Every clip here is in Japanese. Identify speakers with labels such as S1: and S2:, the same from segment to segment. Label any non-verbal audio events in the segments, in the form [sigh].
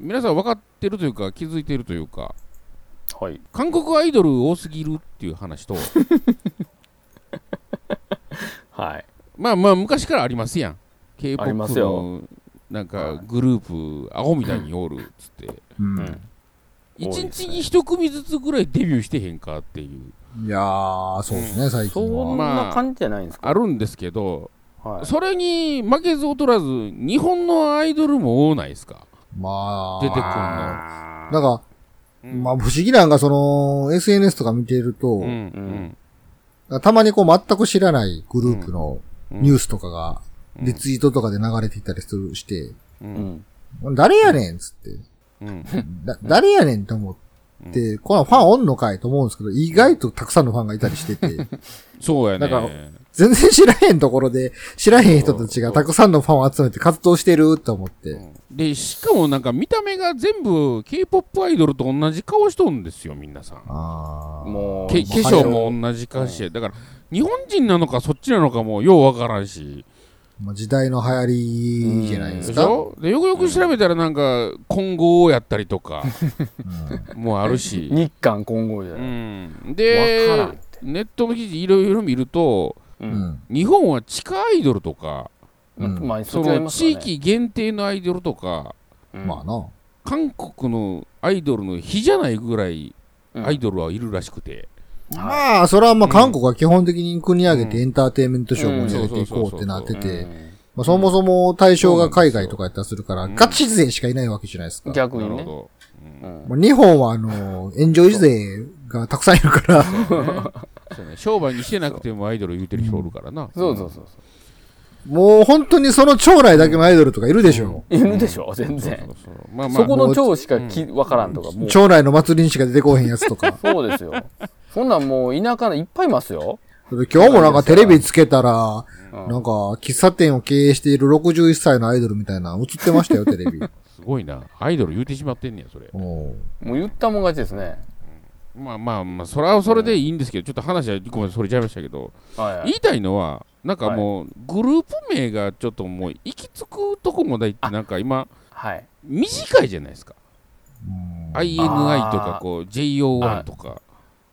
S1: 皆さん分かってるというか気づいてるというか
S2: はい。
S1: 韓国アイドル多すぎるっていう話と [laughs]
S2: はい。
S1: まあまあ昔からありますやん
S2: ありま
S1: K-POP
S2: す
S1: の
S2: よ
S1: なん
S2: は
S1: か
S2: い
S1: グループアホみたいにおるっつって
S3: うん
S2: 多いです
S1: 一
S2: ね
S1: 日に一組ずつぐらいデビューしてへんかっていう
S3: いやー、そうですね、最近
S2: そん
S3: は。
S2: な感じじゃないんですか、
S1: あるんですけど
S2: はい。
S1: それに負けず劣らず日本のアイドルも多ないですか
S3: まあ、
S1: 出てくるの
S3: なんか、
S1: うん
S3: まあ不思議なんが、その、SNS とか見てると、
S1: うん
S3: たまにこう全く知らないグループの
S1: うん
S3: ニュースとかが、
S1: うん
S3: リツイートとかで流れていたりするして、
S1: う
S2: うんん。
S3: 誰やねんっつって、
S1: うん
S3: [laughs] だ誰やねんと思って、このファンおんのかいと思うんですけど、意外とたくさんのファンがいたりしてて、 [laughs]
S1: そうやね
S3: なんか全然知らへんところで、知らへん人たちがたくさんのファンを集めて活動してると思って、
S1: でしかもなんか見た目が全部 k p o p アイドルと同じ顔しとんですよ皆さん
S3: あー
S2: もう、
S1: け
S3: まあ
S1: 化粧も同じかしだから日本人なのかそっちなのかもようわからんし
S3: まあ時代の流行りじゃないで
S1: ですし
S3: か。
S1: ょでよくよく調べたらなんか混合やったりと
S2: [laughs]
S1: か
S3: うん
S1: もあるし、
S2: 日韓混合じゃ
S1: う
S2: ない。
S1: ん、
S2: わからん
S1: で
S2: って
S1: ネットの記事いろいろ見ると
S2: う。
S3: うんん
S1: 日本は地下アイドルとか
S3: うん
S2: まあ、
S1: そ
S2: そっちあり
S1: の
S2: ますよ
S1: 地
S2: ね。
S1: 域限定のアイドルとか
S2: うん、
S3: まあな。
S1: 韓国のアイドルの比じゃないぐらい
S2: うん
S1: アイドルはいるらしくて、
S3: まあ、それはまあ韓国は基本的に国上げてエンターテインメントショーを盛り上げていこうってなってて、まあそもそも対象が海外とかやったらするから、
S1: うん
S3: ガチ勢しかいないわけじゃないです
S2: う
S3: か
S2: ん、。逆
S1: な
S2: に
S1: るほ
S2: ね。
S1: ど、
S2: う
S1: うん
S2: ん
S3: もう日本はあの、炎上勢がたくさんいる [laughs] から、
S1: そうね商売にしてなくてもアイドル言うてる人おるからな
S2: そうそうそうそ
S3: もう本当にその将来だけのアイドルとかいるでしょ。
S2: う。いるでしょ、全
S1: そう
S2: 然。
S1: そうそうまあまあ
S2: そこの長しかきわからんとか、もう。
S3: 将来の祭りにしか出てこへんやつとか。 [laughs]
S2: そうですよ。そんなんもう田舎のいっぱいいますよ。
S3: だって今日もなんかテレビつけたら、
S2: うん
S3: なんか喫茶店を経営している61歳のアイドルみたいな映ってましたよ、テレビ。
S1: すごいなアイドル言うてしまってんねやそれ
S3: おう
S2: もう言ったもん勝ちですね。
S1: まあまあまあそれはそれでいいんですけどちょっと話はごめんそれちゃいましたけど
S2: はいはい
S1: 言いたいのはなんかもうグループ名がちょっともう行き着くとこもないってなんか今
S2: はい。
S1: 短いじゃないですか
S3: うん
S1: INI とかこう JO1 とか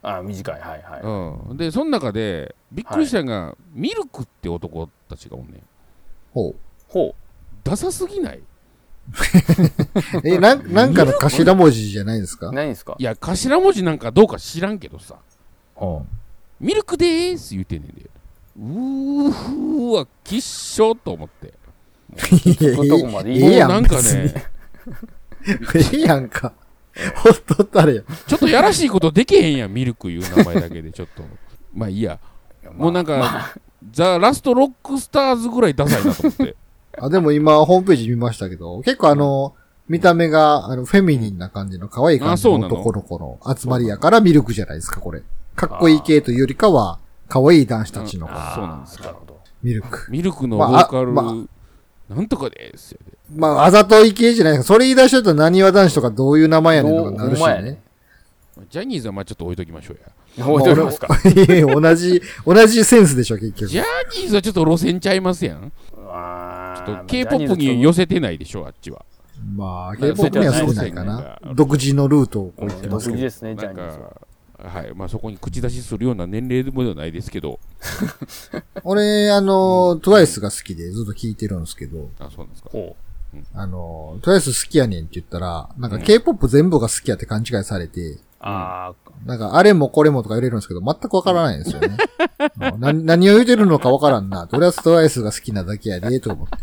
S2: あ短い、はいはい。
S1: うんでその中でびっくりしたのがミルクって男たちがおんねん
S3: ほう。
S2: ほ
S1: ダサすぎない
S2: [laughs]
S3: え、なん、なんかの頭文字じゃないですか
S2: う。何ですか
S1: いや頭文字なんかどうか知らんけどさミルクでーす言うてんねんで。うーふーわ、きっしょと思って。
S3: いや
S2: 聞くとこまでい
S3: え
S2: い
S3: えやん。
S1: もうなんか
S3: 別に
S1: ね、
S3: [laughs] ええやんか。ほっとったれよ。
S1: ちょっとやらしいことできへんやん、ミルクいう名前だけで、ちょっと。まあいいや。もうなんか、ザ・ラスト・ロックスターズぐらいダサいなと思って。
S3: あ、でも今、ホームページ見ましたけど、結構あの、見た目が、あの、フェミニンな感じの可愛い感
S1: あ
S3: じの
S1: そうなの
S3: 男の子の集まりやからミルクじゃないですか、これ。かっこいい系というよりかは、可愛い男子たちの
S1: あそうなんです
S2: か。なるほど。
S3: ミルク。
S1: ミルクのボ
S3: まあ
S1: ーカル、
S3: あま
S1: なんとかですよね。
S3: まあ、あざとい系じゃないですか。それ言い出しちゃうと何わ男子とかどういう名前やねんとかなるし
S2: どうほんまや
S3: ね
S2: ね。
S1: ジャニーズはまあちょっと置いときましょうや。
S2: 覚えておりますか
S3: [laughs] いや同じ、同じセンスでしょ、結局。
S1: ジャニーズはちょっと路線ちゃいますやん。
S2: あーまあ
S1: K-POP
S2: ジャニーズ
S1: に寄せてないでしょ、あっちは。
S3: まあ、
S1: まあ
S3: K-POP にはそうないか
S1: そうじゃな。
S3: ない独自のルートをこう言って
S2: うん
S3: ま
S2: 独
S3: す
S2: 自
S3: けど。
S2: ですね、ジ
S1: な
S2: ャ
S1: ん
S2: ニーズは。
S1: か、はい。まあそこに口出しするような年齢でもではないですけど。
S3: 俺、あの、TWICE が好きでずっと聞いてるんですけど、
S1: あ、そうなんですか。
S2: ほ
S3: あの、TWICE 好きやねんって言ったら、なんか K-POP 全部が好きやって勘違いされて、
S2: う。ああ、
S3: なんかあれもこれもとか言われるんですけど、全くわからないんですよね。うんな何を言うてるのかわからんな。とりあえず TWICE が好きなだけやで、と思って。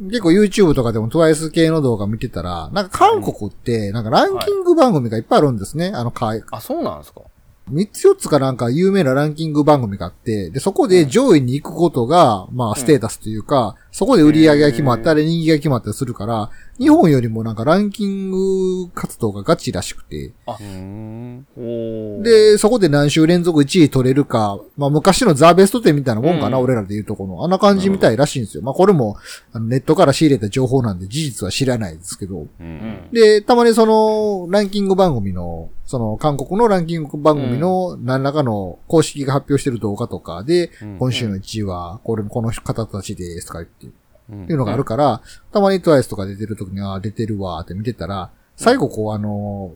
S3: 結構 YouTube とかでも TWICE 系の動画見てたら、なんか韓国って、なんかランキング番組がいっぱいあるんですね。あの、か
S2: あ、そうなんですか。
S3: 三つ四つかなんか有名なランキング番組があって、で、そこで上位に行くことが、まあ、ステータスというか、そこで売り上げが決まったり、人気が決まったりするから、日本よりもなんかランキング活動がガチらしくて、
S1: うーん。
S2: おー、
S3: で、そこで何週連続1位取れるか、まあ、昔のザ・ベスト10みたいなもんかな、
S1: うん
S3: 俺らで言うとこの。あんな感じみたいらしいんですよ。まあ、これも、あのネットから仕入れた情報なんで事実は知らないですけど、
S1: う。
S2: うんん。
S3: で、たまにその、ランキング番組の、その、韓国のランキング番組の、何らかの公式が発表してる動画とかで、
S1: うん
S3: 今週の1位は、これ、この方たちですとか言って、
S1: うん
S3: っていうのがあるから、たまにトワイスとか出てる時には出てるわーって見てたら、最後こうあの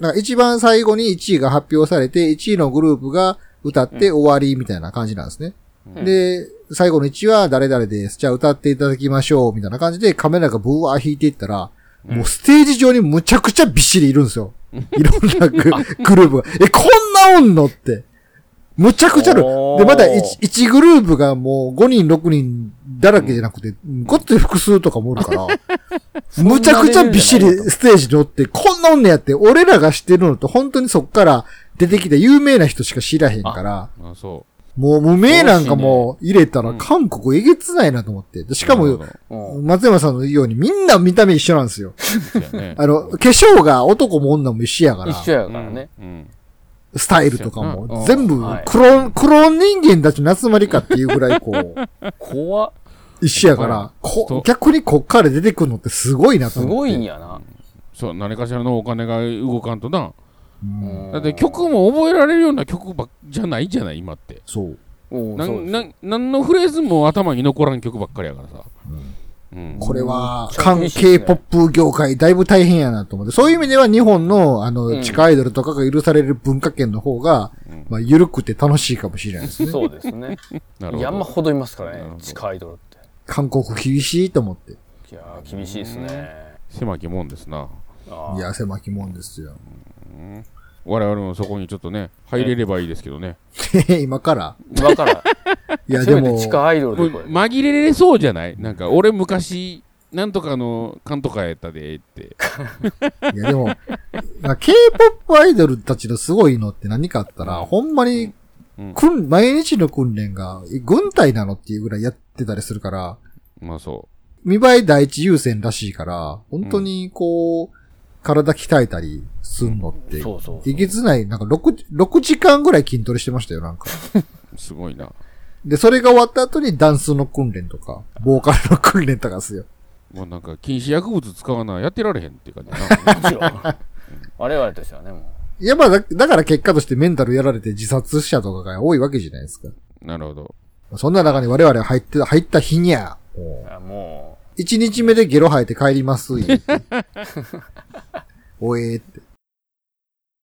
S3: ーなんか一番最後に1位が発表されて、1位のグループが歌って終わりみたいな感じなんですね。
S1: うん
S3: で、最後の1位は誰々です。じゃあ歌っていただきましょうみたいな感じでカメラがブワー引いていったら、
S1: うん
S3: もうステージ上にむちゃくちゃびっしりいるんですよ。いろんなグ [laughs] グループが。え、こんなおんのって。むちゃくちゃある。
S2: おー
S3: で、まだ 1, 一グループがもう5人、6人だらけじゃなくて、ごっつい複数とかもおる
S1: [laughs]
S3: から、むちゃくちゃびっしりステージにおって、こんなおんねやって、俺らがしてるのと本当にそっから出てきた有名な人しか知らへんから、
S1: あそ
S3: もう無名なんかもう入れたら韓国えげつないなと思って。でし
S1: う
S3: か
S1: なるほ
S3: も、
S1: ど
S2: うん
S3: 松山さんの言うようにみんな見た目一緒なんですよ。
S1: そうやね
S3: あの、化粧が男も女も一緒やから。
S2: 一緒やからね。
S1: うん
S3: スタイルとか
S2: うんう
S3: も、
S2: ん
S3: 全部
S2: はい、
S3: クローン、クローン人間たちの集まりかっていうぐらい、こ
S2: [laughs]
S3: う、
S2: 怖っ
S3: 一緒やから、こ逆にこっから出てくるのってすごいなと
S2: す
S3: 思っ
S2: ご
S3: て。
S2: いんやな。
S1: そう何かしらのお金が動かんとな
S3: うん
S1: だって曲も覚えられるような曲ばっじゃないじゃない今って
S3: そう。
S2: うん、
S1: な
S2: そうで
S1: ん
S2: す
S1: なんなんのフレーズも頭に残らん曲ばっかりやからさうん
S3: これは、
S2: うん
S3: 関係ポップ業界、だいぶ大変やなと思って。そういう意味では、日本の、あ
S2: う
S3: の、
S2: ん
S3: 地下アイドルとかが許される文化圏の方が
S1: うん、
S3: まあ、緩くて楽しいかもしれないですね。
S2: そうですね。
S1: なるほど
S2: 山ほどいますから
S1: なるほ
S2: ね、
S1: ど
S2: 地下アイドルっ
S3: 韓国厳しいと思って。
S2: て。いやー、厳しいですね。
S1: 狭きもんですな
S2: あー
S3: いや、狭きもんですよ。 [laughs]
S1: 我々もそこにちょっとね入れればいいですけどね
S3: 今から
S2: 今 [laughs] から、
S3: いや、
S2: せ
S3: で
S2: めて
S3: も、
S2: 地下アイド
S1: もう
S2: ルでこれ。
S1: 紛れれそうじゃないなんか俺昔なんとかの勘とかやったでって
S3: いやでも、まあ K-POP アイドルたちのすごいのって何かあったら、ほんまに
S1: うん、
S3: 訓、毎日の訓練が、え軍隊なのっていうぐらいやってたりするから、
S1: まあそ
S3: 見栄え第一優先らしいから、本当にこう、体鍛えたりすんのって、
S2: そうそうそう
S3: いけつない、なんか6、六時間ぐらい筋トレしてましたよ、なんか。
S1: うすごいな
S3: で、それが終わった後にダンスの訓練とか、ボーカルの訓練とかですよ。
S1: もうなんか禁止薬物使わなやってられへんっていう感じやな
S2: もちろん我々としてはね、も
S3: いや、まあだ、だから結果としてメンタルやられて自殺者とかが多いわけじゃないですか。
S1: なるほど
S3: そんな中に我々は入って、入った日にゃ、
S2: う、あも
S3: 一日目でゲロ吐いて帰ります、言うておえーって。